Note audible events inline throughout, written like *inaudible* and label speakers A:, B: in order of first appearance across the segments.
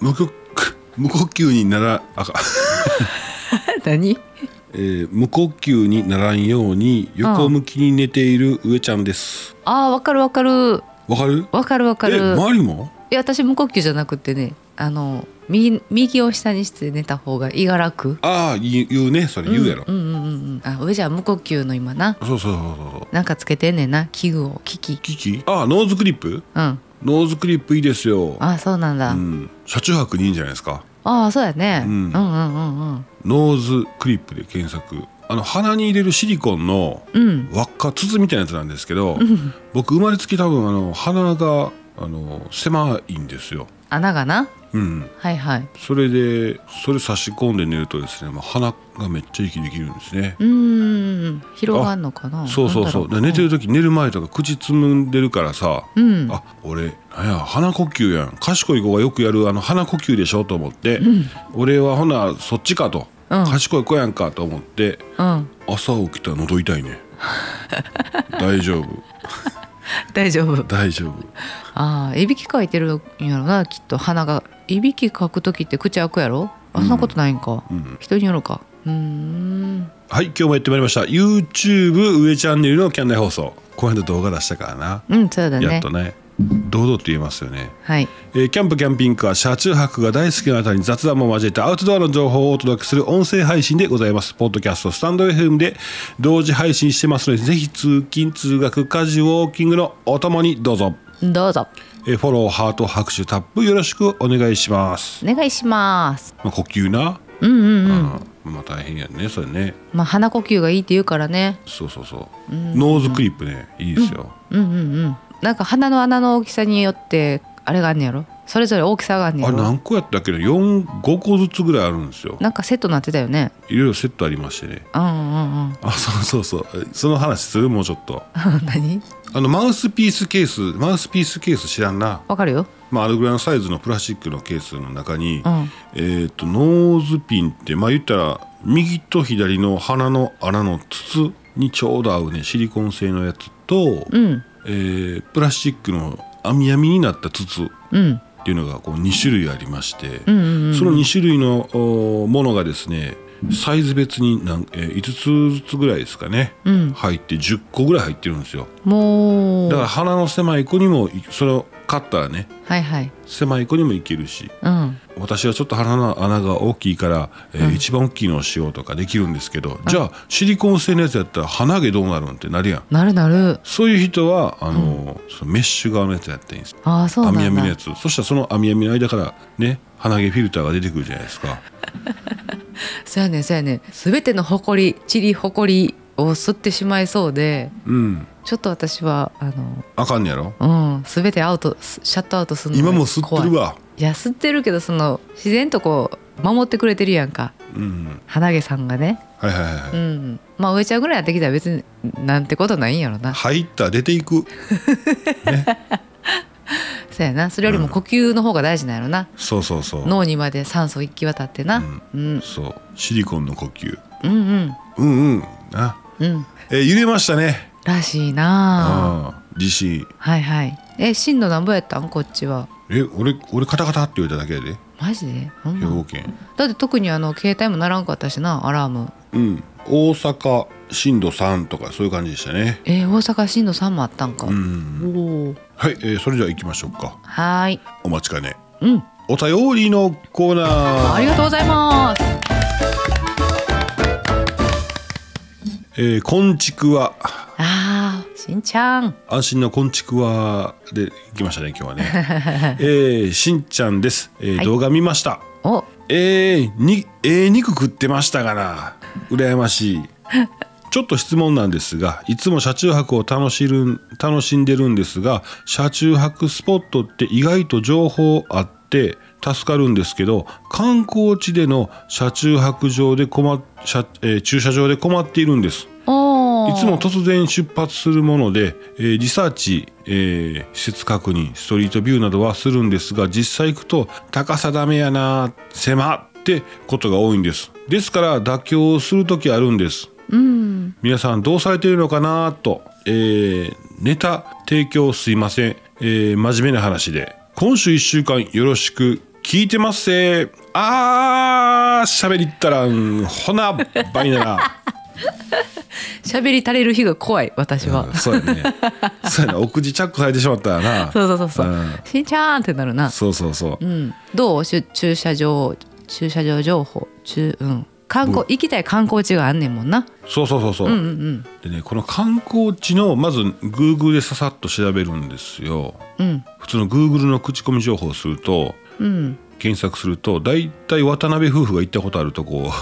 A: 無呼無呼吸にならあかん、 *laughs*
B: 何
A: えー無呼吸にならんように横向きに寝ている上ちゃんです
B: あーわかるわかる
A: わかる
B: わかるわか
A: え
B: る
A: 周りも
B: いや私無呼吸じゃなくてねあの右右を下にして寝た方が胃が楽
A: ああ言う言うねそれ言うやろ、
B: うんうんうんうんあ上じゃ無呼吸の今な
A: そうそうそうそうそう
B: なんかつけてんねんな器具を機器
A: キキああノーズクリップ
B: うん
A: ノーズクリップいいですよ
B: あそうなんだ、
A: うん車中泊にいいんじゃないですか
B: ああそうやね、
A: う
B: うんん、うんうんうん
A: ノーズクリップで検索あの鼻に入れるシリコンの
B: うん
A: 輪っか筒みたいなやつなんですけど、
B: うん
A: 僕生まれつき多分あの鼻があの狭いんですよ、
B: 穴がな
A: うん、
B: はいはい
A: それでそれ差し込んで寝るとですね、まあ、鼻がめっちゃ息できるんですね、
B: うーん広がんのかな
A: そうそうそうで寝て
B: る
A: る時寝る前とか口つむんでるからさ、
B: うん
A: あ俺なんや鼻呼吸やん賢い子がよくやるあの鼻呼吸でしょと思って、俺はほなそっちかと、
B: うん
A: 賢い子やんかと思って
B: うん
A: 朝起きたら喉痛
B: *laughs*
A: いね大丈夫
B: 大丈夫
A: 大丈夫
B: ああいびきかいてるんやろなきっと鼻がいびきかく時って口開くやろあそんなことないんか、
A: ん
B: 人によるかうーん
A: はい今日もやってまいりました YouTube 上チャンネルのキャンナイ放送この間動画出したからな、
B: うんそうだ
A: やっ
B: ね
A: とね堂々と言えますよね
B: はい
A: えーキャンプキャンピングカー車中泊が大好きなあなたに雑談も交えてアウトドアの情報をお届けする音声配信でございますポッドキャストスタンド FM で同時配信してますのでぜひ通勤通学家事ウォーキングのお供にどうぞ、
B: どうぞ
A: えーフォローハート拍手タップよろしくお願いします、
B: お願いします
A: まあ、呼吸な、
B: うんうんうん
A: うんまあ大変やねそれね
B: まあ鼻呼吸がいいって言うからね
A: そうそうそうノーズクリップねいいですよ、
B: うんうんうんなんか鼻の穴の大きさによってあれがあんねやろそれぞれ大きさがあんね
A: あ
B: や
A: れ
B: ろ
A: 何個やったっけな45個ずつぐらいあるんですよ
B: なんかセットになってたよね
A: いろいろセットありましてね
B: うんうん *laughs* うん
A: あそうそうそうその話するもうちょっと
B: 何
A: あのマウスピースケースマウスピースケース知らんな、
B: わかるよ
A: まあ、あれぐらいのサイズのプラスチックのケースの中に、
B: うん
A: えっ、とノーズピンってまあ言ったら右と左の鼻の穴の筒にちょうど合うねシリコン製のやつと、
B: うん
A: えープラスチックの網網になった筒っ
B: うん
A: ていうのがこう2種類ありまして、
B: うんうん
A: その2種類のおものがですねサイズ別になん、えー5つずつぐらいですかね、
B: うん
A: 入って10個ぐらい入ってるんですよ。
B: もう
A: だから鼻の狭い子にもいそれを買ったらね
B: はいはい
A: 狭い子にもいけるし
B: うん
A: 私はちょっと鼻の穴が大きいから、えー一番大きいのをしようとかできるんですけど、じゃあシリコン製のやつやったら鼻毛どうなるんってなるやん
B: なるなる
A: そういう人はあのー、そのメッシュ側のやつやっていいんです
B: ああそうなんだ
A: 網網のやつそしたらその網網の間からね鼻毛フィルターが出てくるじゃないですか
B: そうやねんそうやねん全てのほこりちりほこりを吸ってしまいそうで
A: うん
B: ちょっと私はあ
A: あかんねやろ
B: のうん全てアウトすシャットアウトするの
A: 今
B: が
A: もう吸ってる
B: 怖い
A: わ
B: いや吸ってるけどその自然とこう守ってくれてるやんか
A: うん
B: 花毛さんがね
A: はいはいはいは
B: う
A: い、
B: んまあ植えちゃうぐらいやってきたら別になんてことないんやろな
A: 入ったら出ていく
B: そうやなそれよりも呼吸の方が大事なんやろな、
A: そうそうそう、
B: 脳にまで酸素行き渡ってな、うんうん、
A: そうシリコンの呼吸
B: うんうん
A: うんうんあ
B: うん
A: えー揺れましたね。
B: らしいなあ
A: ああ、地震。
B: はいはいえ震度なんぼやったんこっちは
A: え、俺、俺カタカタって言われただけやで。
B: マジで、ほん
A: 兵
B: ま
A: 庫県。
B: だって特にあの携帯もならんかったしなアラーム
A: うん。大阪震度三とかそういう感じでしたね。
B: えー、大阪震度3もあったんか、
A: うん。
B: おお
A: はい、えーそれじゃあ行きましょうか。
B: はーい
A: お待ちかね。
B: うん
A: お便りのコーナー。
B: ありがとうございます
A: えー、こんちくわ。
B: あーしんちゃん
A: 安心のこんちくわで行きましたね、今日は
B: *laughs*
A: ね。えー、しんちゃんです。えー
B: はい
A: 動画見ました。
B: お
A: えー、に、えー、肉食ってましたがな。羨ましい。ちょっと質問なんですが、いつも車中泊を楽しるん、楽しんでるんですが、車中泊スポットって意外と情報あって助かるんですけど、観光地での車中泊場で困っ、車えー駐車場で困っているんです。
B: お
A: い
B: ー
A: つも突然出発するもので、えーリサーチ、えー施設確認ストリートビューなどはするんですが実際行くと高さダメやな狭ってことが多いんですですから妥協する時あるんです
B: うん
A: 皆さんどうされているのかなと、えーネタ提供すいません、えー真面目な話で今週1週間よろしく聞いてますせあー喋りったらんほなバイなら
B: 喋り足れる日が怖い私は、
A: うんそうやねそうやな奥地チャックされてしまったらな
B: そうそうそうそう、
A: うん
B: しんちゃんってなるな
A: そうそうそう
B: うんどうしゅ駐車場駐車場情報中うん観光、行きたい観光地があんねんもんな
A: そうそうそうそう、
B: うんうん
A: でねこの観光地のまず Google でささっと調べるんですよ
B: うんうん
A: 普通の Google の口コミ情報をすると
B: うん
A: 検索すると大体渡辺夫婦が行ったことあると
B: *laughs*
A: こ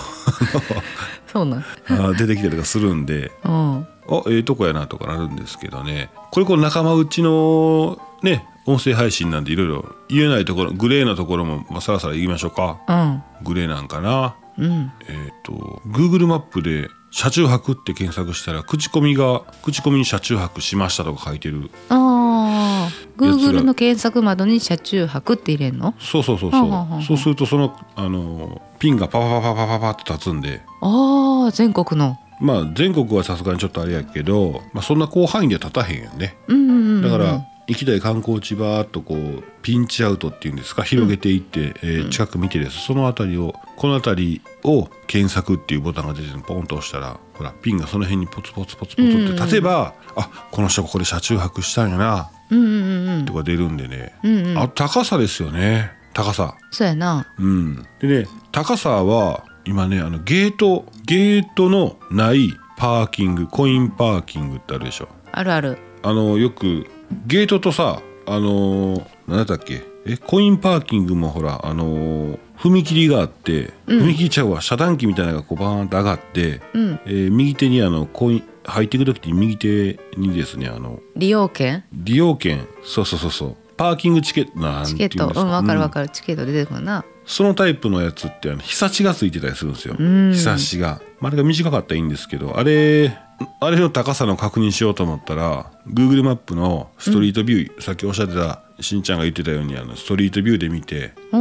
B: そうなん
A: あ出てきたりとかするんで
B: うん
A: あええとこやなとかなるんですけどねこれこう仲間内のね音声配信なんでいろいろ言えないところグレーなところも、まあ、さらさら言いましょうか
B: うん
A: グレーなんかな
B: うん
A: えっ、と Google マップで「車中泊」って検索したら口コミが「口コミに車中泊しました」とか書いてる
B: ああ
A: やつ
B: Google
A: ら
B: の検索窓に車中泊って入れんの
A: そうそうそうそ
B: はあはあはあ
A: うそうするとそのあのピンがパパパパパパって立つんで
B: ああ全国の
A: まあ全国はさすがにちょっとあれやけど、まあ、そんな広範囲では立たへんよね
B: うんうんうん
A: だから行きたい観光地ばーっとこうピンチアウトっていうんですか広げていって、えー近く見てですその辺りをこの辺りを検索っていうボタンが出てるのポンと押したらほらピンがその辺にポツポツポツポツって立てば、あこの人ここで車中泊したんやな
B: うんうんうん
A: とか出るんでね、
B: うんうん
A: あ高さですよね高さ。
B: そうやな
A: うん、でね高さは今ねあのゲートゲートのないパーキングコインパーキングってあるでしょ
B: あるある
A: あのよくゲートとさあのー何だっけえコインパーキングもほらあのー踏切があって、踏切ちゃうわ遮断機みたいなのがこうバーンと上がって、
B: うん
A: えー右手にあのコイン入っていく時に右手にですねあの
B: 利用券
A: 利用券そうそうそうそうパーキングチケットなんて
B: チ
A: い
B: ケ
A: うん
B: ッ
A: ですか
B: トうんわかる
A: うん
B: わかるチケット出てくるな
A: そのタイプのやつってあの日差しがついてたりするんですよ、
B: ん
A: 日差しが、まあ、あれが短かったらいいんですけどあれあれの高さの確認しようと思ったら Google マップのストリートビュー、さっきおっしゃってたしんちゃんが言ってたようにあのストリートビューで見て、
B: お
A: う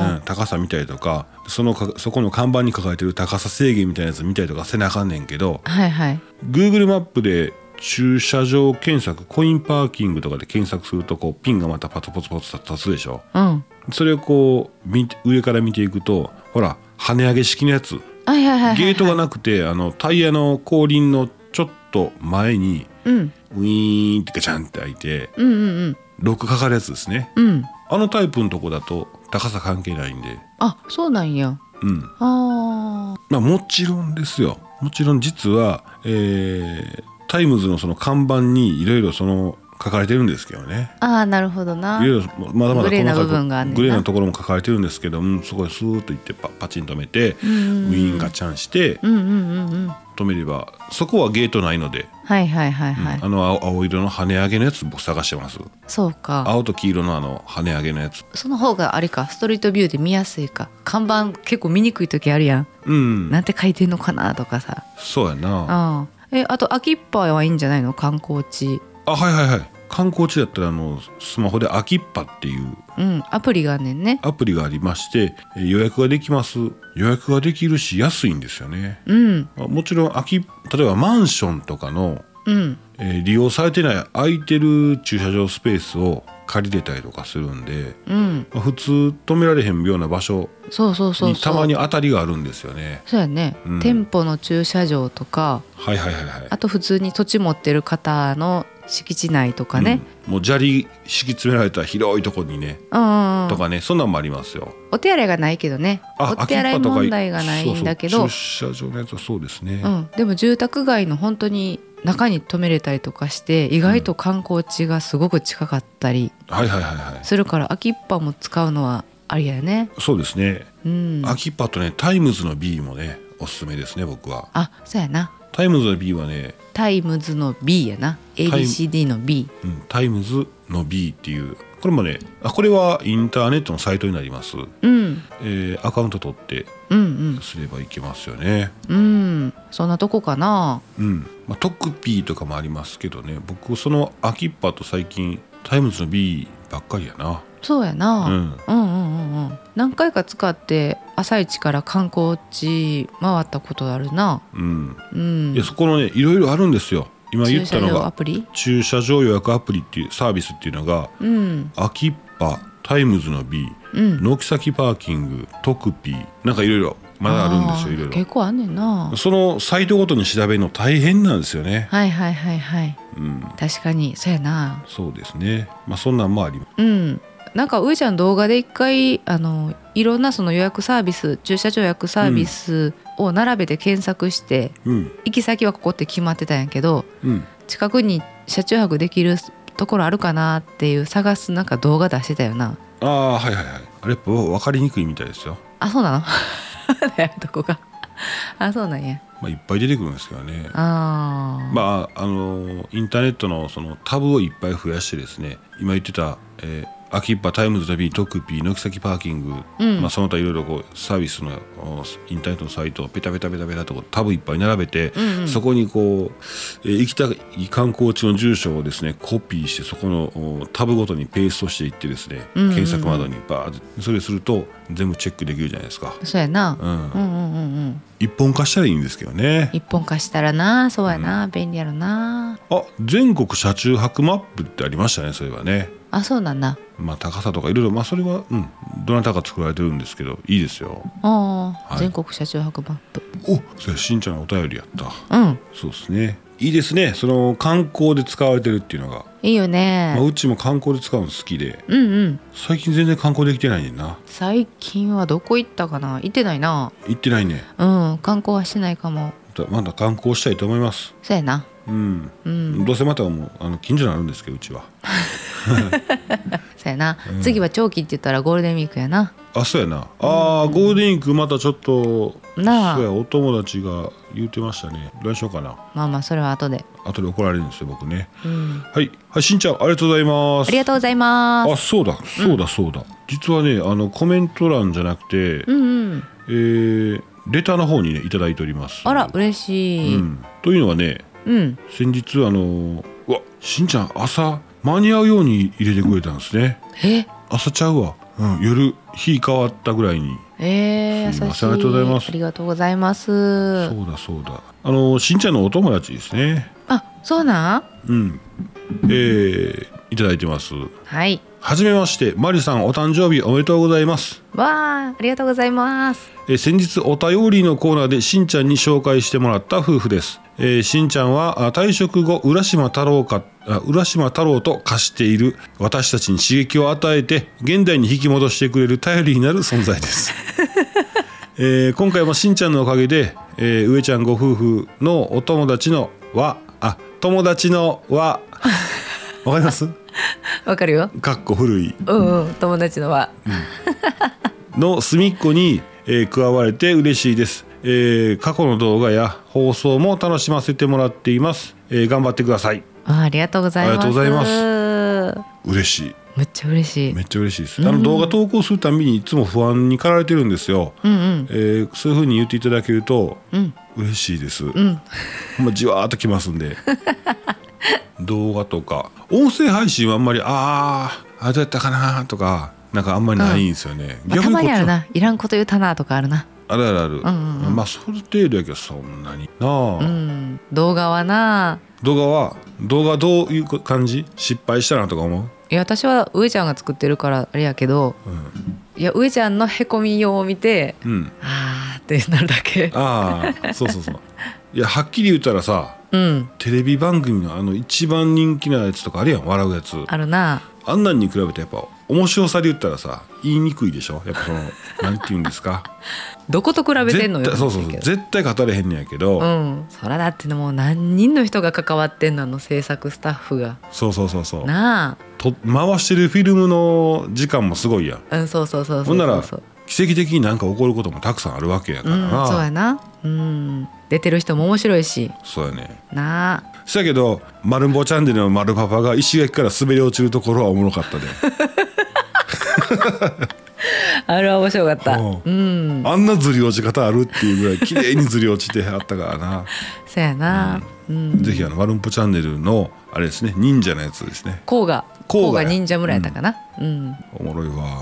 B: ー
A: ん高さ見たりとかそのかそこの看板に書かれてる高さ制限みたいなやつ見たりとかせなあかんねんけど
B: はいはい
A: Google マップで駐車場検索コインパーキングとかで検索するとこうピンがまたパツポツポツと立つでしょ。
B: うん
A: それをこう見て上から見ていくとほら跳ね上げ式のやつ
B: はいはいはいはい
A: ゲートがなくてあのタイヤの後輪のちょっと前に
B: うん
A: ウィーンってガチャンって開いて
B: うんうん
A: ロックかかるやつですね
B: うんうん
A: あのタイプのとこだと高さ関係ないんで
B: あそうなんや
A: うん
B: あ
A: まあもちろんですよもちろん実は、えータイムズのその看板にいろいろその書かれてるんですけどね
B: ーあーなるほどない
A: ろいろまだまだ
B: グレーな
A: 細かく
B: 部分があんねんな
A: グレーなところも書かれてるんですけど、うん、そこでスーッと行ってパパチンと止めてウィーンガチャンして
B: うんうんうんうん
A: 止めればそこはゲートないので、
B: はいはいはいはい、
A: あの青青色の跳ね上げのやつ僕探してます
B: そうか
A: 青と黄色のあの跳ね上げのやつ
B: その方があれかストリートビューで見やすいか看板結構見にくい時あるやん、
A: うん
B: なんて書いてんのかなとかさ
A: そうやなあ
B: ああえあと秋っぱはいいんじゃないの観光地
A: はいはいはい観光地だったらあのスマホで「秋っぱ」っていう
B: うんアプリがあんねんね
A: アプリがありましてえー予約ができます予約ができるし安いんですよね
B: うん
A: あもちろん秋例えばマンションとかの
B: うん
A: えー利用されてない空いてる駐車場スペースを借りれたりとかするんで、
B: うん
A: まあ普通止められへんような場所
B: そうそうそう
A: に
B: そ
A: た
B: う
A: まに当たりがあるんですよね。
B: そうやね、
A: うん
B: 店舗の駐車場とか
A: はいはいはいはい。
B: あと普通に土地持ってる方の敷地内とかね、
A: うんもう砂利敷き詰められた広いとこにね、
B: うんうんうん
A: とかねそんなんもありますよ。
B: お手洗いがないけどね
A: あ
B: お手洗い
A: 秋葉とか
B: 問題がないんだけど
A: そうそう駐車場のやつはそうですね。
B: うん、でも住宅街の本当に中に泊めれたりとかして意外と観光地がすごく近かったり
A: はいはいはいはい。
B: するから秋っぱも使うのはありやね。
A: そうですね。
B: うん、
A: 秋っぱとねタイムズの B もねおすすめですね僕は。
B: あそうやな
A: タイムズの B はね
B: タイムズの B やな ABCD の B
A: うん、タイムズの B っていうこれもねあこれはインターネットのサイトになります、
B: うん
A: えーアカウント取って
B: うん
A: すればいけますよね
B: うんうんそんなとこかな
A: うん、まあ、トクピーとかもありますけどね僕その秋っぱと最近タイムズの B ばっかりやな
B: そうやな、
A: うん
B: うんうんうんうん何回か使って朝一から観光地回ったことあるな
A: うん、
B: うん
A: いやそこのねいろいろあるんですよ今言っ
B: 駐
A: た
B: 車
A: の
B: 場ア
A: が
B: プリ
A: 駐車場予約アプリっていうサービスっていうのが
B: うん
A: 秋っぱタイムズの B、
B: うん
A: 軒先パーキングトクピーなんかいろいろまだあるんですよいろいろ
B: 結構あんねんな
A: そのサイトごとに調べるの大変なんですよね。
B: はいはいはいはい
A: うん、
B: 確かにそうやな
A: そうですね。まあそんなんもあります。
B: うんなんか上ちゃん動画で一回あのいろんなその予約サービス駐車場予約サービスを並べて検索して、
A: うん、
B: 行き先はここって決まってたんやけど
A: うん、
B: 近くに車中泊できるところあるかなっていう探すなんか動画出してたよな
A: ああはいはいはい。あれやっぱ分かりにくいみたいですよ。
B: あそうなの *laughs* 悩むとこがあそうなんや
A: まあいっぱい出てくるんですけどね。
B: あー、
A: まああのインターネットのそのタブをいっぱい増やしてですね。今言ってた、えー、秋っぱタイムズ旅トクピー軒先パーキング、
B: うん
A: まあその他いろいろこうサービスのおインターネットのサイトをペタペタペタペタとこうタブいっぱい並べて、
B: うんうん
A: そこにこう、えー行きたい観光地の住所をですねコピーしてそこのおタブごとにペーストしていってですね、
B: うんうんうん
A: 検索窓にバーってそれすると全部チェックできるじゃないですか、
B: そうやな、
A: うん
B: うんうんうんうん
A: 一本化したらいいんですけどね
B: 一本化したらなそうやな、便利やろな
A: あ全国車中泊マップってありましたねそういえばね
B: あそうなんだ
A: まあ高さとかいろいろまあそれはうんどなたか作られてるんですけどいいですよ
B: あー、
A: はい
B: 全国車中泊マップ
A: おそれしんちゃんのお便りやった
B: うん
A: そうですねいいですねその観光で使われてるっていうのが、
B: いいよ
A: まあ、
B: ね
A: うちも観光で使うの好きで
B: うんうん
A: 最近全然観光できてないねんな
B: 最近はどこ行ったかな行ってないな
A: 行ってないね
B: うん観光はしてないかも
A: またまだ観光したいと思います
B: そうやな
A: うん、
B: うん
A: どうせまたもうあの近所にあるんですけどうちは
B: そうやな、次は長期って言ったらゴールデンウィークやな
A: あそうやなあー、ゴールデンウィークまたちょっと
B: なあ
A: そうやお友達が言うてましたねどうしようかな
B: まあまあそれは後で、
A: 後で怒られるんですよ僕ね
B: うん、
A: はい、はい、しんちゃんありがとうございます
B: ありがとうございま
A: あ
B: す
A: そうだそうだそうだ、実はねあのコメント欄じゃなくて、
B: うんうん
A: えーレターの方にねいただいております
B: あら嬉しい、う
A: うんん、というのはね先日あのうわしんちゃん朝間に合うように入れてくれたんですね
B: え
A: 朝ちゃうわ、うん、夜日変わったぐらいに
B: えー、優し
A: す
B: い
A: いませんありがとうございます
B: ありがとうございます
A: そうだそうだあのしんちゃんのお友達ですね
B: あそうなん
A: うんえー、いただいてます
B: はい
A: はじめましてマリさんお誕生日おめでとうございます
B: わあありがとうございます
A: えー先日お便りのコーナーでしんちゃんに紹介してもらった夫婦です、えーしんちゃんはあ退職後浦島太郎かあ浦島太郎と化している私たちに刺激を与えて現代に引き戻してくれる頼りになる存在ですえー今回もしんちゃんのおかげで、えー上ちゃんご夫婦のお友達のはあ友達のはわかります
B: わかるよ
A: かっこ古い
B: うんうん友達のは
A: の隅っこに、えー加われて嬉しいです、えー過去の動画や放送も楽しませてもらっています、えー頑張ってください
B: わあありがとうございま
A: あり
B: す
A: がとうございます嬉し
B: めっちゃ嬉し
A: い
B: い
A: めっちゃ嬉しいですあの動画投稿するたびにいつも不安に駆られてるんですよ、
B: うんうん
A: えーそういうふうに言っていただけると
B: うん
A: 嬉しいです、
B: うん
A: まあ、じわーっときますん
B: *laughs*
A: で動画とか音声配信はあんまりあーあどうやったかなとかなんかあんまりないんですよね、
B: まあたまにあ
A: は
B: るないらんこと言うたなとかあるな
A: あるあるある、
B: んうんうん
A: まあその程度やけどそんなになあ、
B: うん動画はな
A: 動画は動画どういう感じ失敗したなとか思
B: いや私は上ちゃんが作ってるからあれやけど
A: ううん、
B: いや上ちゃんのへこみようを見て
A: うん、
B: あーってなるだけ
A: ああそうそう
B: *laughs*
A: そういやはっきり言ったらさ
B: うん
A: テレビ番組のあの一番人気なやつとかあるやん笑うやつ
B: あるな
A: あんなんに比べてやっぱ面白さで言ったらさ言いにくいでしょやっ
B: *laughs*
A: ぱそのなんて言うんですか
B: どこと比べてんのよ
A: 絶対そうそうそう
B: う
A: 絶対語れへんねんやけど、
B: んそらだってもう何人の人が関わってんのあの制作スタッフが
A: そうそうそうそう
B: な
A: と回してるフィルムの時間もすごいやん
B: あうんそうそうそうそ
A: ほ
B: うん
A: な
B: そう
A: ら
B: そう
A: 奇跡的になんか起こることもたくさんあるわけやか
B: う
A: ら
B: ん
A: な、
B: そうやなうん出てる人も面白いし
A: そうやね
B: なあ
A: そやけど「まるんぼチャンネル」のまるパパが石垣から滑り落ちるところはおもろかったで
B: あれは面白かった
A: うん
B: うん
A: あんなずり落ち方あるっていうぐらい綺麗にずり落ちてあったからな、
B: そうやなうん
A: ぜひあの「まるんぽチャンネル」のあれですね忍者のやつですね
B: こうが
A: 甲賀や
B: こうが忍者村やったかなうん
A: おもろい
B: *laughs*
A: わ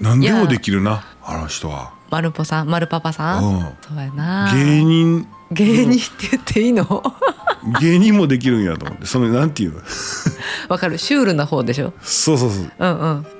A: 何でもできるなあの人は
B: マルポさんマルパパさん
A: うん
B: そうやな
A: 芸人
B: 芸人って言っていいの *laughs*
A: 芸人もできるんやと思ってそのなんていうの
B: わかるシュールな方でしょ
A: そうそうそう
B: うんうん *laughs*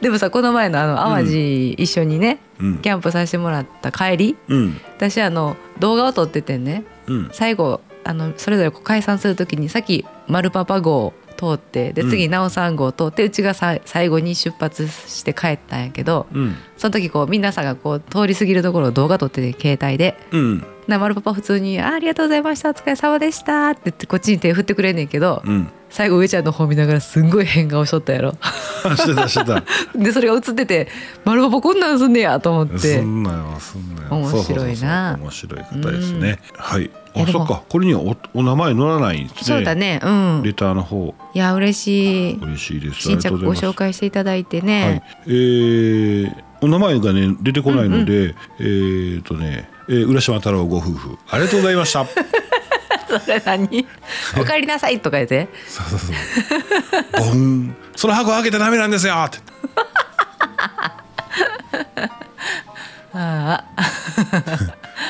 B: でもさこの前のあの淡路一緒にね、
A: うん
B: キャンプさせてもらった帰り
A: うん
B: 私あの動画を撮っててね
A: うん
B: 最後あのそれぞれこう解散する時にさっき「丸パパ号」通ってで
A: うん
B: 次「なおさん号」通ってうちがさ最後に出発して帰ったんやけど
A: うん
B: その時こう皆さんがこう通り過ぎるところを動画撮ってて携帯で。
A: うん
B: な丸パパ普通に「あありがとうございましたお疲れ様でした」って言ってこっちに手振ってくれんねんけど、
A: うん
B: 最後上ちゃんの方見ながらすんごい変顔しとったやろ *laughs*
A: してたしてた
B: でそれが映ってて「丸パパこんなんすんねや」と思って
A: そんなんよそんなんよ
B: 面白いな
A: そうそうそう面白い方ですねはい
B: いや
A: あ
B: でも
A: そっかこれにはおお名前載らないんですね
B: そうだねうん
A: レターの方
B: いや嬉しい
A: 嬉しいですあ
B: 新
A: りがと
B: 着
A: う
B: ご
A: ござい
B: 紹
A: ます
B: 介していただいてね、
A: はい、えーお名前がね出てこないので、えーっとね、えー浦島太郎ご夫婦ありがとうございました
B: *laughs*
A: そう
B: それ何 *laughs* 「おかえりなさい」とか言って
A: そうそうボンその箱開けてダメなんですよって
B: 「ああ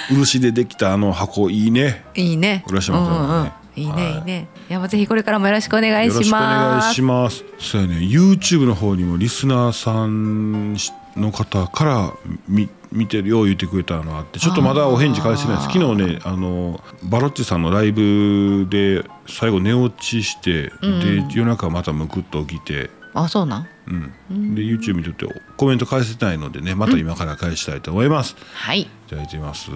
A: 漆でできたあの箱いいね
B: いいね」
A: 浦島さんはね
B: うんうん、いい
A: は
B: ね
A: い
B: いいね、い、やもうぜひこれからもよろしくお願い
A: よろし
B: し
A: くお願
B: ま
A: いし
B: す
A: ますそうやね YouTube の方にもリスナーさんの方から見見てるよ言ってくれたのあってちょっとまだお返事返してないです
B: あー
A: 昨日ねあのバロッチさんのライブで最後寝落ちして、
B: うん
A: で夜中またむくっと起きて、
B: あそうなん
A: うん
B: うん
A: で YouTube にとってコメント返せないのでねまた今から返したいと思います。
B: はい
A: いただいてます、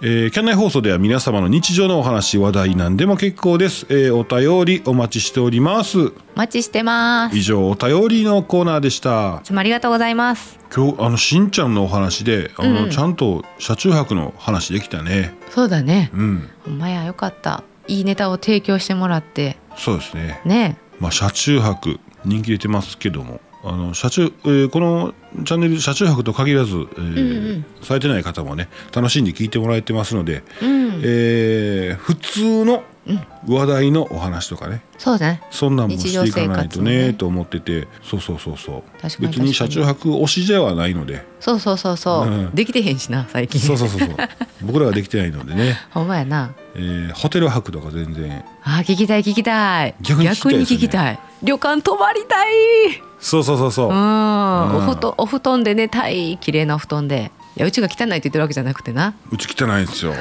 A: えー、キャンナイ放送では皆様の日常のお話話題何でも結構です、えー、お便りお待ちしております
B: お待ちしてます
A: 以上お便りのコーナーでした
B: いつもありがとうございます
A: 今日あのしんちゃんのお話であの、
B: うん
A: ちゃんと車中泊の話できたね
B: そうだね
A: うん
B: ほんまやよかったいいネタを提供してもらって
A: そうですね
B: ね
A: まあ車中泊人気出てますけどもあの車中、えーこのチャンネル車中泊と限らず、えー
B: うんうん
A: されてない方もね楽しんで聞いてもらえてますので、
B: うん、
A: えー普通の話題のお話とかね
B: そうだね
A: そんなんもしていかないと
B: 日常生活の
A: ね
B: ね
A: と思っててそうそうそうそう
B: 確かに
A: 別に
B: 確
A: 車
B: かに
A: 中泊推しではないので
B: そうそうそうそう、
A: うん
B: できてへんしな最近
A: そうそうそうそう僕らはできてないのでね、
B: ほんまやな
A: えーホテル泊とか全然
B: あー聞きたい聞きたい
A: 逆に聞きたいですね
B: 逆に聞きたい旅館泊まりたい
A: そうそうそうそう、
B: う
A: あ
B: ん
A: うん
B: お布団お布団で寝たい綺麗なお布団でいやうちが汚いって言ってるわけじゃなくてな
A: うち汚いんですよ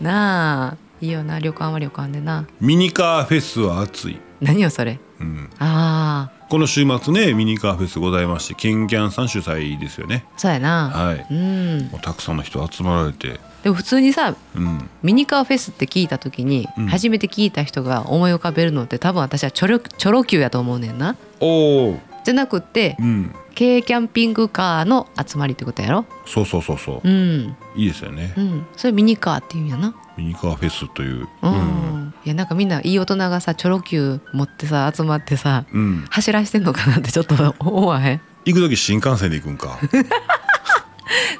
B: なあいいよな旅館は旅館でな
A: ミニカーフェスは暑い、
B: 何よそれ
A: うん、
B: ああ
A: この週末ねミニカーフェスございましてケンキャンさん主催ですよね
B: そうやな
A: はい
B: うん
A: もうたくさんの人集まられて
B: でも普通にさ
A: うん
B: ミニカーフェスって聞いた時に、
A: うん
B: 初めて聞いた人が思い浮かべるのって多分私はチョロチョロ Q やと思うねんな
A: おお
B: じゃなくって
A: うん
B: 軽キャンピングカーの集まりってことやろ
A: そうそうそうそう
B: う、ん
A: いいですよね
B: う、ん、それミニカーっていうんやな
A: ミニカーフェスという
B: うん、いやなんかみんないい大人がさチョロ Q 持ってさ集まってさ
A: うん、うん、
B: 走らしてんのかなってちょっと思わへん *laughs*
A: 行く時新幹線で行くんか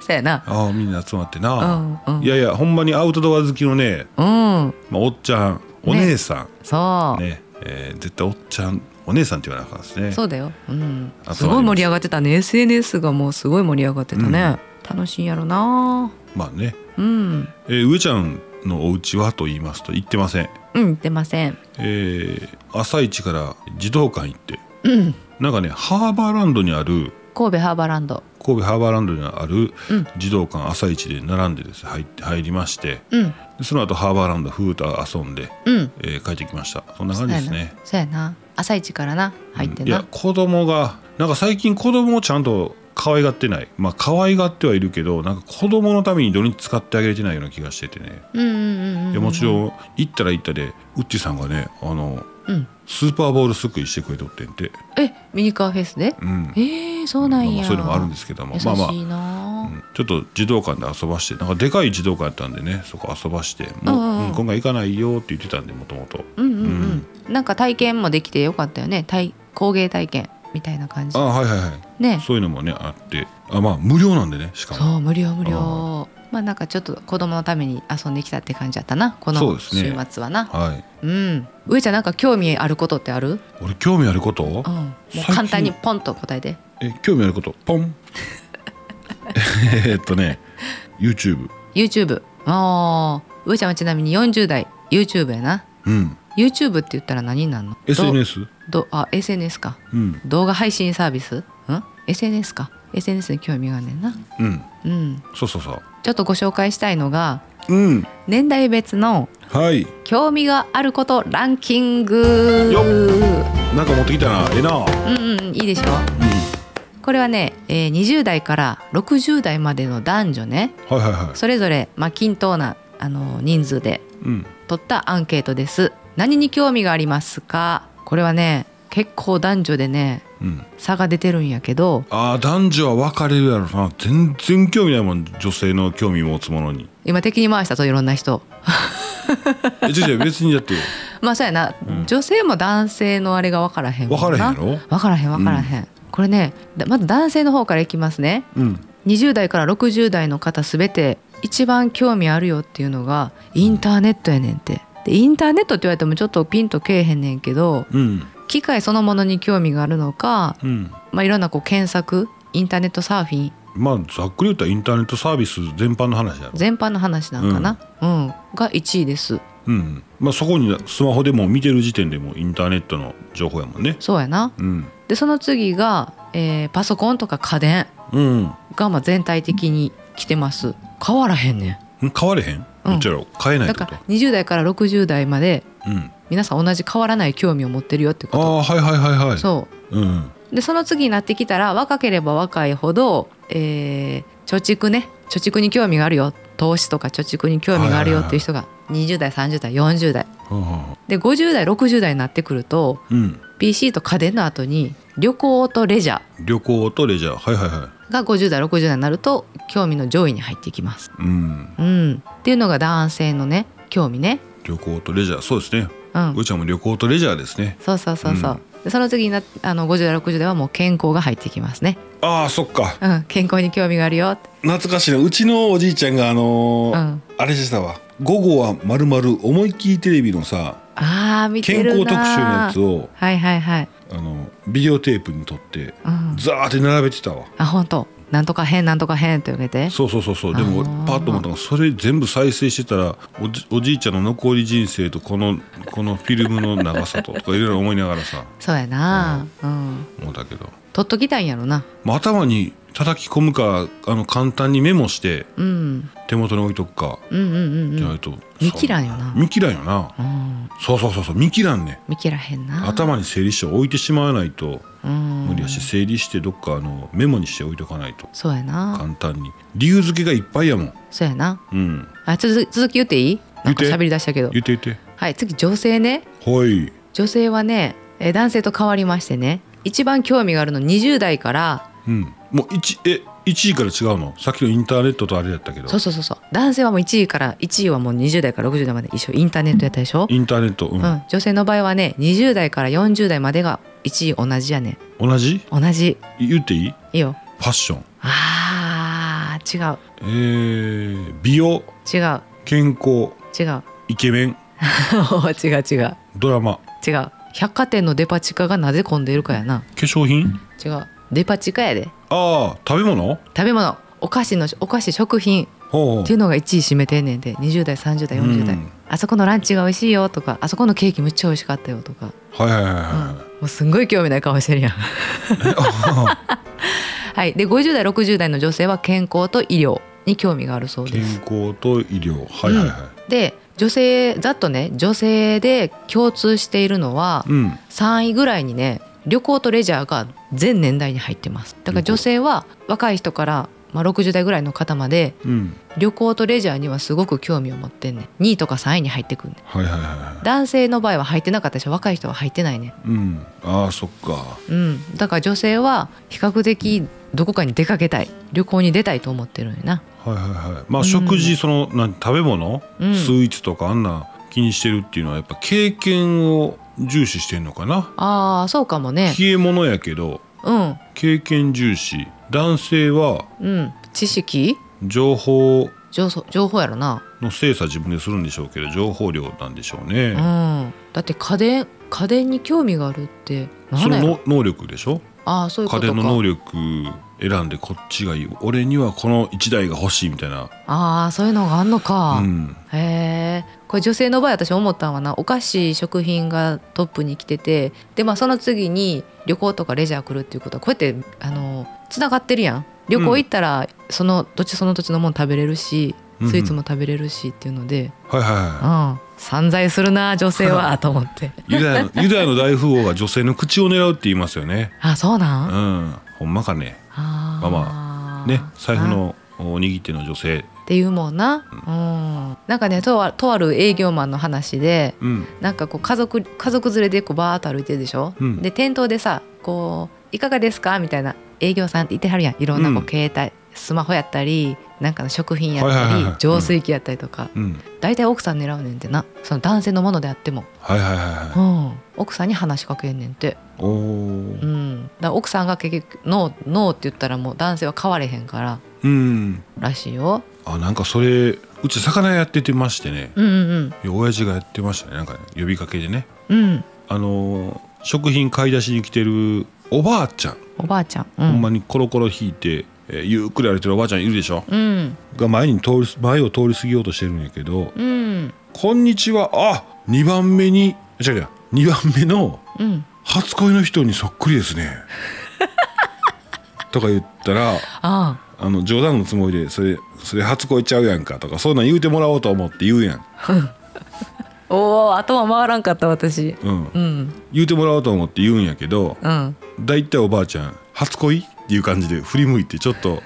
B: そやな
A: ああみんな集まって
B: う
A: な、
B: んうん
A: いやいやほんまにアウトドア好きのね、
B: うん
A: まあ、おっちゃんお姉さん、
B: そう、
A: ね、えー絶対おっちゃんお姉さんって言わなあかんですね
B: そうだよ、うん、
A: あ
B: すごい盛り上がってたね SNS がもうすごい盛り上がってたね、楽しいんやろな
A: まあね、
B: うん
A: えー上ちゃんのお家はと言いますと言ってません、
B: うん出ません
A: えー朝一から児童館行って
B: うん
A: なんかねハーバーランドにある
B: 神戸ハーバーランド
A: 神戸ハーバーランドにある
B: うん
A: 児童館朝一で並んでですね入って入りまして
B: うん
A: でその後ハーバーランドふーと遊んで、
B: うん
A: えー帰ってきましたそんな感じですね
B: そうやなそうやな朝一からな入って
A: い
B: な、
A: や子供がなんか最近子供をちゃんと可愛がってないまあ可愛がってはいるけどなんか子供のために土日使ってあげれてないような気がしててね、
B: うんうんうんうん
A: いやもちろん行ったら行ったでウッチさんがねあの
B: うん
A: スーパーボールすくいしてくれとってんて、
B: えミニカーフェスで
A: うん、
B: えー、そうなん
A: まあまあ
B: や
A: そういうのもあるんですけども
B: 優し
A: まあまあ、
B: いな
A: うんちょっと児童館で遊ばしてなんかでかい児童館やったんでねそこ遊ばしてもう、
B: うんうん
A: うん今回行かないよって言ってたんでもともと
B: うんうんうん、なんか体験もできてよかったよね体工芸体験みたいな感じ
A: あはいはいはい
B: ね
A: そういうのもねあってあまあ無料なんでねしかも
B: そう無料無料
A: あ
B: まあなんかちょっと子供のために遊んできたって感じだったなこ
A: そう
B: の
A: です
B: 週
A: ね
B: 末はな
A: はい
B: うん上ちゃんなんか興味あることってある
A: 俺興味あること、
B: うんもう
A: 最近
B: 簡単にポンと答えて
A: え興味あることポン *laughs* えーっとね YouTube
B: YouTube ああ上ちゃんはちなみに40代 YouTube やな
A: うん
B: YouTube って言ったら何になんの
A: SNS
B: どどあ SNS か
A: うん
B: 動画配信サービスん SNS か SNS に興味があんねんな
A: うん
B: うん
A: そうそうそう
B: ちょっとご紹介したいのが
A: うん
B: 年代別の
A: はい
B: 興味があることランキン
A: よ
B: グ
A: なんか持ってきたなええな
B: うんうんいいでしょこれはね、えー20代から60代までの男女ね
A: うんはいはいは
B: それぞれ、まあ、均等なあの人数で
A: いうん
B: 取ったアンケートです何に興味がありますかこれはね結構男女でね
A: うん
B: 差が出てるんやけど
A: ああ男女は分かれるやろな全然興味ないもん女性の興味持つものに
B: 今敵に回したといろんな人
A: え違う違 *laughs* う別にだって
B: まあそうやな、
A: うん
B: 女性も男性のあれが分からへん
A: 分か
B: も
A: れへん
B: な
A: やろ
B: 分からへん分からへん、これねだまず男性の方からいきますね
A: うん
B: 20代から60代の方すべて一番興味あるよっていうのがインターネットやねんてでインターネットって言われてもちょっとピンとけえへんねんけど
A: うん
B: 機械そのものに興味があるのか、
A: うん
B: まあ、いろんなこう検索インターネットサーフィン
A: まあざっくり言ったらインターネットサービス全般の話やろ
B: 全般の話なんかな、うんが1位です
A: うんまあそこにスマホでも見てる時点でもインターネットの情報やもんね
B: そうやな
A: うん
B: でその次が、えーパソコンとか家電
A: うん
B: がまあ全体的に来てます変わらへんね
A: うん買われへん
B: う
A: ど
B: ん
A: っちやろ買え
B: ん
A: ない
B: だ
A: って
B: か
A: こと
B: ら20代から60代まで
A: うん
B: 皆さん同じ変わらない興味を持ってるよって
A: あ
B: こ
A: あはいはいはいは
B: と
A: い、
B: そう
A: ん、
B: うでその次になってきたら若ければ若いほど、えー貯蓄ね貯蓄に興味があるよ投資とか貯蓄に興味があるよっていう人が20代30代40代
A: はあ
B: で50代60代になってくると
A: うん、
B: PC と家電の後に旅行とレジャ
A: 旅行とレジャーはいはいは
B: ーが50代60代になると興味の上位に入っていきます。
A: い、うん、
B: うん、っていうのが男性のね興味ね。
A: 旅行とレジャーそうですね
B: うん、
A: うーちゃんも旅行とレジャーですね
B: そうそうそうそう。でその次になあの50代60代はもう健康が入ってきますね。
A: ああそっか
B: うん、健康に興味があるよ。
A: 懐かしいなうちのおじいちゃんがあの
B: う
A: ー
B: ん、
A: あれでしたわ午後はまるまる思いっきりテレビのさ
B: ああ見て
A: 健
B: る
A: 康
B: な。
A: 特集のやつ
B: を。
A: を
B: はいはいはい。
A: あのビデオテープに撮って
B: うん、
A: ザーって並べてたわ
B: あ本当。なんとか変なんとか変って言われて。
A: そうそうそうそうでも
B: あー
A: パッと思ったのがそれ全部再生してたらおじおじいちゃんの残り人生とこのこのフィルムの長さととかいろいろ思いながらさ
B: そうやな。うん。
A: 思ったけど、
B: 取っときたいんやろな。
A: まあ、頭に叩き込むかあの簡単にメモして
B: うん。
A: 手元に置いとくか
B: うんうんうん
A: じ
B: う
A: ゃない
B: ん。
A: と、
B: 見切らんよな
A: 見切らんよな
B: うん。
A: そうそうそうそう見切らんね
B: 見切らへんな。
A: 頭に整理して置いてしまわないと
B: うん。
A: 無理やし整理してどっかあのメモにして置いとかないと
B: そうやな。
A: 簡単に理由付けがいっぱいやもん
B: そうやな。
A: うん
B: あ続き続き言っていい？なんか
A: 言って
B: 喋り出したけど。
A: 言って言って
B: はい次女性ね。
A: はい
B: 女性はねえー男性と変わりましてね一番興味があるの20代から
A: うんもう一え1位から違うのさっきのインターネットとあれやったけど
B: そうそうそうそう男性はもう1位から1位はもう20代から60代まで一緒インターネットやったでしょ、
A: インターネット、う
B: うんん、女性の場合はね20代から40代までが1位同じやね
A: 同じ
B: 同じ
A: 言っていい
B: いいよ
A: ファッション
B: あー違う
A: えー、美容
B: 違う
A: 健康
B: 違う *laughs*
A: イケメン
B: 違う違う
A: ドラマ
B: 違う百貨店のデパ地下がなぜ混んでいるかやな
A: 化粧品
B: 違うデパ地下やで
A: ああ食べ物
B: 食べ物お菓子のお菓子食品
A: ほう
B: っていうのが1位占めてんねんで20代30代40代、
A: うん
B: あそこのランチが美味しいよとかあそこのケーキむっちゃ美味しかったよとか、
A: はいはいはいはい
B: うんもうすんごい興味ない顔してるやん。 *laughs* はい、で50代60代の女性は健康と医療に興味があるそう
A: 健
B: です。
A: 康と医療はいはいは、
B: で女性ざっとね女性で共通しているのはい
A: うん
B: 3位ぐらいにね旅行とレジャーが全年代に入ってます。だから女性は若い人から、まあ、60代ぐらいの方まで
A: うん
B: 旅行とレジャーにはすごく興味を持ってんねん2位とか3位に入ってくんねん
A: はいはいはいは
B: 男性の場合は入ってなかったし若い人は入ってないね、
A: いうんああそっか
B: うん、だから女性は比較的どこかに出かけたい旅行に出たいと思ってるんやな
A: はいはいはいまあ
B: うん
A: 食事、そのなん食べ物、
B: うん
A: スイーツとかあんな気にしてるっていうのはやっぱ経験を重視してんのかな
B: あーそうかもね
A: 消え物やけど
B: うん
A: 経験重視男性は
B: うん知識
A: 情報
B: 情報情報やろな、
A: の精査自分でするんでしょうけど情報量なんでしょうね、
B: うん、だって家電家電に興味があるって
A: そ
B: 何
A: の
B: だよ
A: の能力でしょ
B: ああそういうこ
A: 家
B: とか
A: 電の能力選んでこっちがいい俺にはこの1台が欲しいみたいな、
B: ああそういうのがあんのか、
A: うん、
B: へえこれ女性の場合私思ったのはなお菓子食品がトップに来ててでまあその次に旅行とかレジャー来るっていうことはこうやってあのつながってるやん旅行行ったらその土地その土地のもん食べれる
A: うんうん
B: し、スイーツも食べれるしっていうので、
A: はいはい
B: うん
A: は
B: 散財するな女性
A: *laughs*
B: はと思って
A: いユダヤのユダヤの大富豪が女性の口を狙うって言いますよね
B: あそうなん、
A: う
B: あ
A: んほんまかね
B: あ
A: まあ
B: ま
A: ね財布のお握っての女性
B: っていうもんな、うん、なんかねとあとある営業マンの話で
A: うん
B: なんかこう家族家族連れでこうバーッと歩いてるでしょ、
A: うん
B: で店頭でさこう「いかがですか?」みたいな営業さんっていてはるやんいろんなこう、
A: うん
B: 携帯スマホやったりなんかの食品やった
A: は
B: り、
A: いはいはいはい
B: 浄水器やったりとか、
A: うん
B: 大体奥さん狙うねんってなその男性のものであっても、
A: はいはいはいは
B: う
A: い
B: ん、奥さんに話しかけんねんて、
A: おお
B: うん、だから奥さんが結局「ノー」ノーって言ったらもう男性は変われへんから
A: うん
B: らしいよ。
A: あなんかそれうち魚屋やっててましてね
B: うんうん
A: いや親父がやってましたねなんかね呼びかけでね
B: うんうん
A: あのー食品買い出しに来てるおばあちゃん、
B: おばあちゃん、う
A: ほんま
B: ん、
A: にコロコロ引いて、えーゆっくり歩いてるおばあちゃんいるでしょ
B: うん
A: が前に通り前を通り過ぎようとしてるんやけど
B: うん
A: 「こんにちはあ2番目に違う違う2番目の
B: うん
A: 初恋の人にそっくりですね」とか言ったら
B: あ
A: あの冗談のつもりで「それそれ初恋ちゃうやんか」とかそういうの言うてもらおうと思って言うやん、
B: あおお頭回らんかった私
A: うん、
B: うん
A: 言うてもらおうと思って言うんやけど
B: うん、
A: 大体おばあちゃん「初恋?」っていう感じで振り向いてちょっと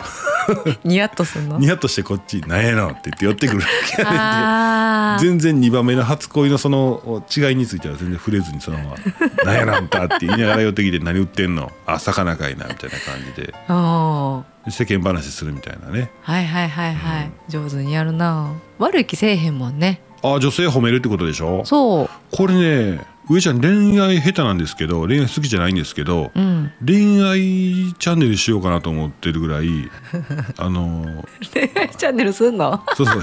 B: ニヤッとすんの。
A: ニヤッとしてこっち「なんやの?」って言って寄ってくるわけやねんて
B: あー
A: 全然2番目の初恋のその違いについては全然触れずにそのまま「何やなんだ」って言いながら寄ってきて「何売ってんのあ魚かいな」みたいな感じで
B: おー
A: 世間話するみたいなね
B: はいはいはいはい、上手にやるな。悪い気せえへんもんね。
A: あ女性褒めるってことでしょ
B: そ
A: これね上ちゃん恋愛下手なんですけど恋愛好きじゃないんですけど
B: う、うん、
A: 恋愛チャンネルしようかなと思ってるぐ *laughs* らいあの
B: 恋愛チャンネルすんの。
A: そうそう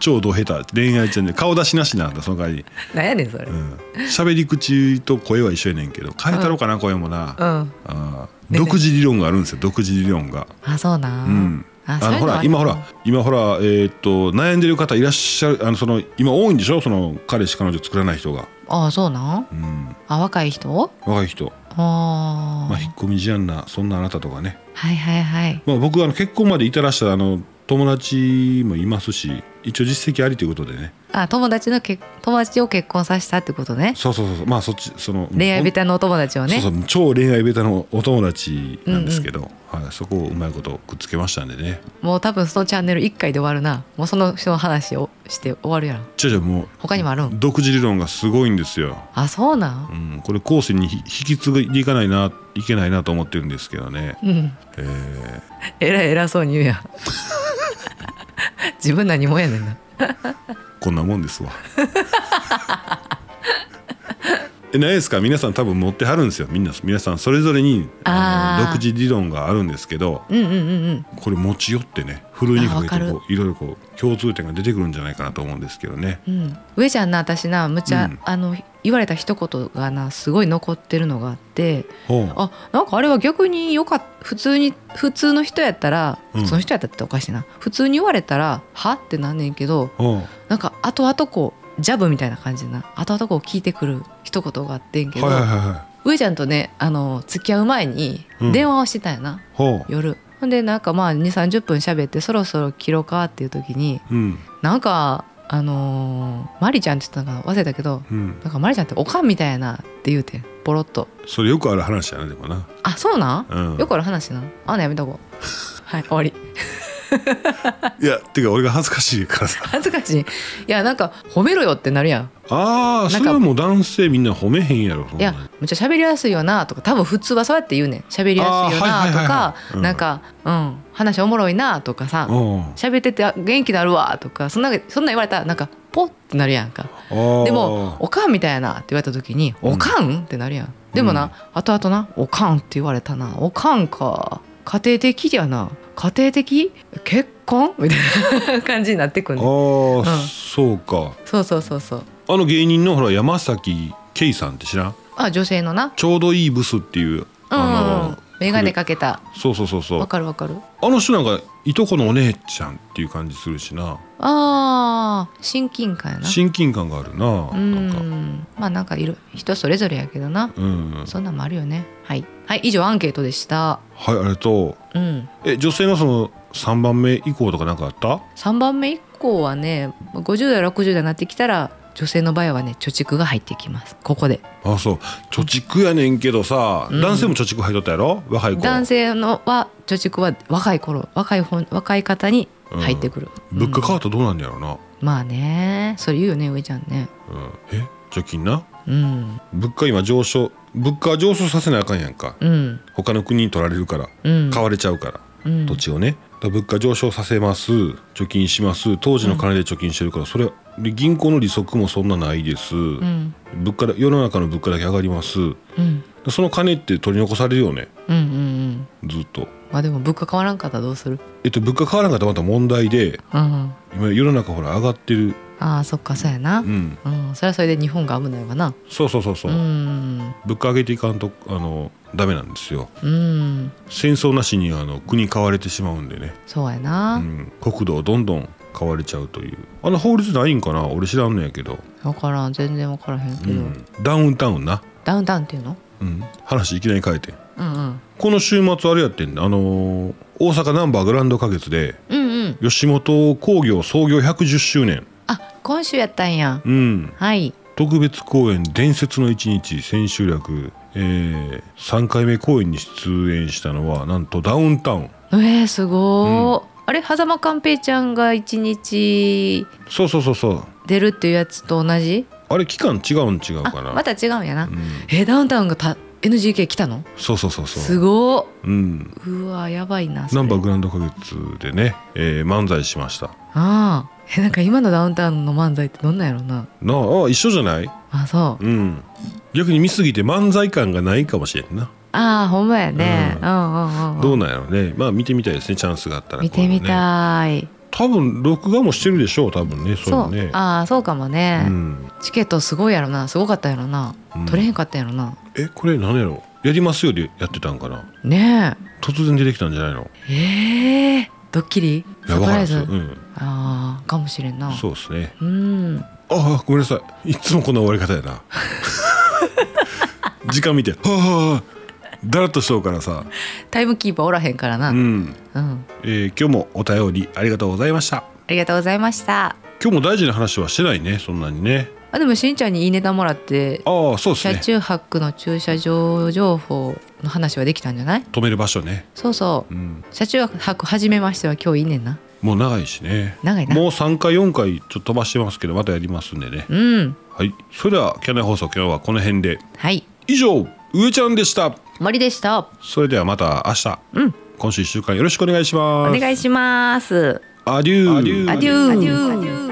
A: 超ド下手恋愛チャンネル顔出しなしなんだその代わり
B: *laughs* なんやねんそれ。
A: う
B: うん、
A: ん喋り口と声は一緒やねんけど変えたろうかな声もな、あー独自理論があるんですよ独自理論が。
B: あ、そうな。
A: うん、
B: あ、
A: あのほら今ほら今ほらえーっと悩んでる方いらっしゃるあのその今多いんでしょその彼氏彼女作らない人が、
B: ああ、そうなん。
A: うん、
B: あ、若い人。
A: 若い人、
B: あー、
A: まあ、引っ込み思案なそんなあなたとかね、
B: はいはいはい。
A: まあ、僕はあの結婚まで至らしたあの友達もいますし一応実績ありということでね
B: あ、友達のけ、友達を結婚させたってことね。
A: そうそうそうそうまあそっちその
B: 恋愛ベ
A: タ
B: タのお友達をね。
A: そうそう超恋愛ベタのお友達なんですけど、はい、そこをうまいことくっつけましたんでね
B: もう多分そのチャンネル一回で終わるな。もうその人の話をして終わるやろ。
A: じゃあじゃあもう
B: 他にもあるん。
A: 独自理論がすごいんですよ、
B: あそうなん
A: うん、これ後世にひ引き継いでいかないないけないなと思ってるんですけどね、
B: うん
A: えー
B: えらい偉そうに言うや *laughs* ん自分何もやねんな
A: こんなもんですわ *laughs* えないですか皆さん多分持ってはるんですよみんな皆さんそれぞれにあの
B: あー
A: 独自理論があるんですけど
B: うんうんうんうん
A: これ持ち寄ってねふるいにかけ
B: あ
A: て
B: わ
A: こういろいろこう共通点が出てくるんじゃないかなと思うんですけどね
B: うん、上ちゃんな私なむちゃ、
A: うん
B: あの言われた一言がなすごい残ってるのがあって
A: ほう
B: あなんかあれは逆によかっ普通に普通の人やったら
A: うん
B: 普通の人やったっておかしいな、普通に言われたらはってなんねんけど
A: ほう
B: なんか後々こうジャブみたいな感じでな後々こう聞いてくる一言があってんけど、
A: はいはいはいはい
B: 上ちゃんとねあの付き合う前に
A: うん
B: 電話をしてたんやな、
A: ほ
B: 夜ほんでなんかまあ2 3 0分喋ってそろそろ切ろうかっていう時に
A: ううん
B: なんかあのーマリちゃんって言ったのか忘れたけど
A: うん
B: なんかマリちゃんっておかんみたいやなって言うてんポロッと
A: それよくある話やなでもな、
B: あそうなん、
A: うん、
B: よくある話なあんなやめとこう *laughs* はい終わり
A: いやてか俺が恥ずかしいから
B: *laughs*
A: さ
B: 恥ずかしいいやなんか褒めろよってなるやん
A: ああ
B: なんか
A: それはもう男性みんな褒めへんやろそんな
B: いや
A: ん
B: むっちゃ喋りやすいよなとか多分普通はそうやって言うねん喋りやすいよな
A: あーはいはい
B: と
A: はい
B: か
A: はいうん
B: なんかうん話おもろいなとかさ
A: うん
B: 喋っててあ元気なるわとかそんなそんなん言われたらなんかポッてなるやんか
A: あー
B: でも「おかん」みたいなって言われた時に「
A: うん
B: おかん?」ってなるやんでもな、
A: うん
B: 後々な「おかん」って言われたな「おかんか家庭的やな家庭的結婚?」みたいな感じになってく
A: あ
B: んねん
A: ー、
B: うん
A: そうか
B: そうそうそうそう
A: あの芸人のほら山崎圭さんって知らん
B: あ女性のな
A: ちょうどいいブスっていうあの、
B: 眼鏡かけた
A: そうそうそうそ
B: わ
A: う
B: かるわかる
A: あの人なんかいとこのお姉ちゃんっていう感じするしな
B: あー親近感やな
A: 親近感があるな
B: う
A: なんか
B: んまあなんかいる人それぞれやけどな
A: うんはい
B: そんなんもあるよねはい、はい、以上アンケートでした
A: ありがとう
B: うん
A: え女性のその3番目以降とかなんかあった
B: 3番目以降はね50代60代になってきたら女性の場合はね貯蓄が入ってきますここで
A: あそう貯蓄やねんけどさ、
B: うん
A: 男性も貯蓄入っとったやろ若い子
B: 男性のは貯蓄は若い頃若い方若い方に入ってくる、
A: 物価変
B: か
A: わったらどうなんやろうな、
B: まあねそれ言うよね上ちゃんね
A: うんえ貯金な
B: うん
A: 物価今上昇物価は上昇させなあかんやんか
B: うん
A: 他の国に取られるから
B: うん
A: 買われちゃうから、
B: うん
A: 土地をねだから物価上昇させます貯金します当時の金で貯金してるから、それで銀行の利息もそんなないです、
B: うん
A: 物価だ世の中の物価だけ上がります
B: うん
A: でその金って取り残されるよね
B: うんうんうん
A: ずっと。
B: まあでも物価変わらんかったらどうする
A: えっと、物価変わらなかったらまた問題で
B: うんあ
A: 今世の中ほら上がってる、
B: あそっかそうやな
A: うん、
B: うんそれはそれで日本が危ないわな
A: そうそうそうそうう、
B: ん
A: 物価上げていかんとあのダメなんですよ
B: うん
A: 戦争なしにあの国買われてしまうんでね、
B: そうや
A: う、
B: なん
A: 国土をどんどん買われちゃうというあの法律ないんかな俺知らんのやけど、
B: 分からん全然分からへんけ
A: う
B: ど、
A: ん、ダウンタウンな、
B: ダウンタウンっていうの
A: うん、話いきなり変えて
B: うんうん
A: この週末あれやってんだあのー大阪ナンバーグランド花月で
B: うんうん
A: 吉本興業創業110周年、
B: あ今週やったんや
A: うん、
B: はい
A: 特別公演「伝説の一日」千秋楽、え3回目公演に出演したのはなんとダウンタウン
B: えー、すごー、あれ狭間寛平ちゃんが一日
A: そうそうそうそう
B: 出るっていうやつと同じ
A: あれ期間違うん違う
B: あ
A: かな
B: また違うんやな、
A: うん、
B: えーダウンタウンがた NGK 来たの
A: そうそうそうそ
B: す
A: う、
B: ご
A: うん、
B: ーうわやばいなそれ
A: ナンバーグランド花月でね、えー漫才しました
B: ああえなんか今のダウンタウンの漫才ってどんなんやろうな
A: なああ一緒じゃない
B: あそう
A: うん逆に見すぎて漫才感がないかもしれんな、
B: ああほんまやね、
A: う
B: うん、うんうんうん
A: どうなんやろうねまあ見てみたいですねチャンスがあったら
B: 見てみ
A: い、
B: たい、
A: 多分録画もしてるでしょう多分ねそう
B: そ
A: いう
B: う、
A: のね
B: ああそうかもね、
A: うん
B: チケットすごいやろなすごかったやろな、
A: うん
B: 取れへんかったやろな
A: えこれ何やろやりますよでやってたんかな
B: ね
A: 突然出てきたんじゃないの
B: ええー、ドッキリ
A: いや
B: サプ
A: わから
B: ラ
A: んで
B: イ
A: す
B: ズ、
A: ようん、
B: ああかもしれんな
A: そうですね
B: うん
A: ああごめんなさいいつもこんな終わり方や
B: *laughs*
A: な時間見てはあはあだらっとしとうからさ、
B: タイムキーパーおらへんからな、
A: う
B: うん
A: んえー今日もお便りありがとうございました
B: ありがとうございました
A: 今日も大事な話はしてないねそんなにね
B: あでもしんちゃんにいいネタもらって
A: ああそうです
B: 車
A: ね
B: 中泊の駐車場情報の話はできたんじゃない
A: 止める場所ね、、
B: そうそううん車中泊初めましては今日いいねんな
A: もう長いしね
B: 長いな
A: もう3回4回ちょっと飛ばしてますけどまたやりますんでね
B: うん
A: はいそれではキャナイ放送今日はこの辺で
B: はい
A: 以上上ちゃんでした
B: 森でした
A: それではまた明日、
B: うん
A: 今週1週間よろしくお願いし
B: お
A: ます
B: 願いします
A: アデュー
B: アデューアデュー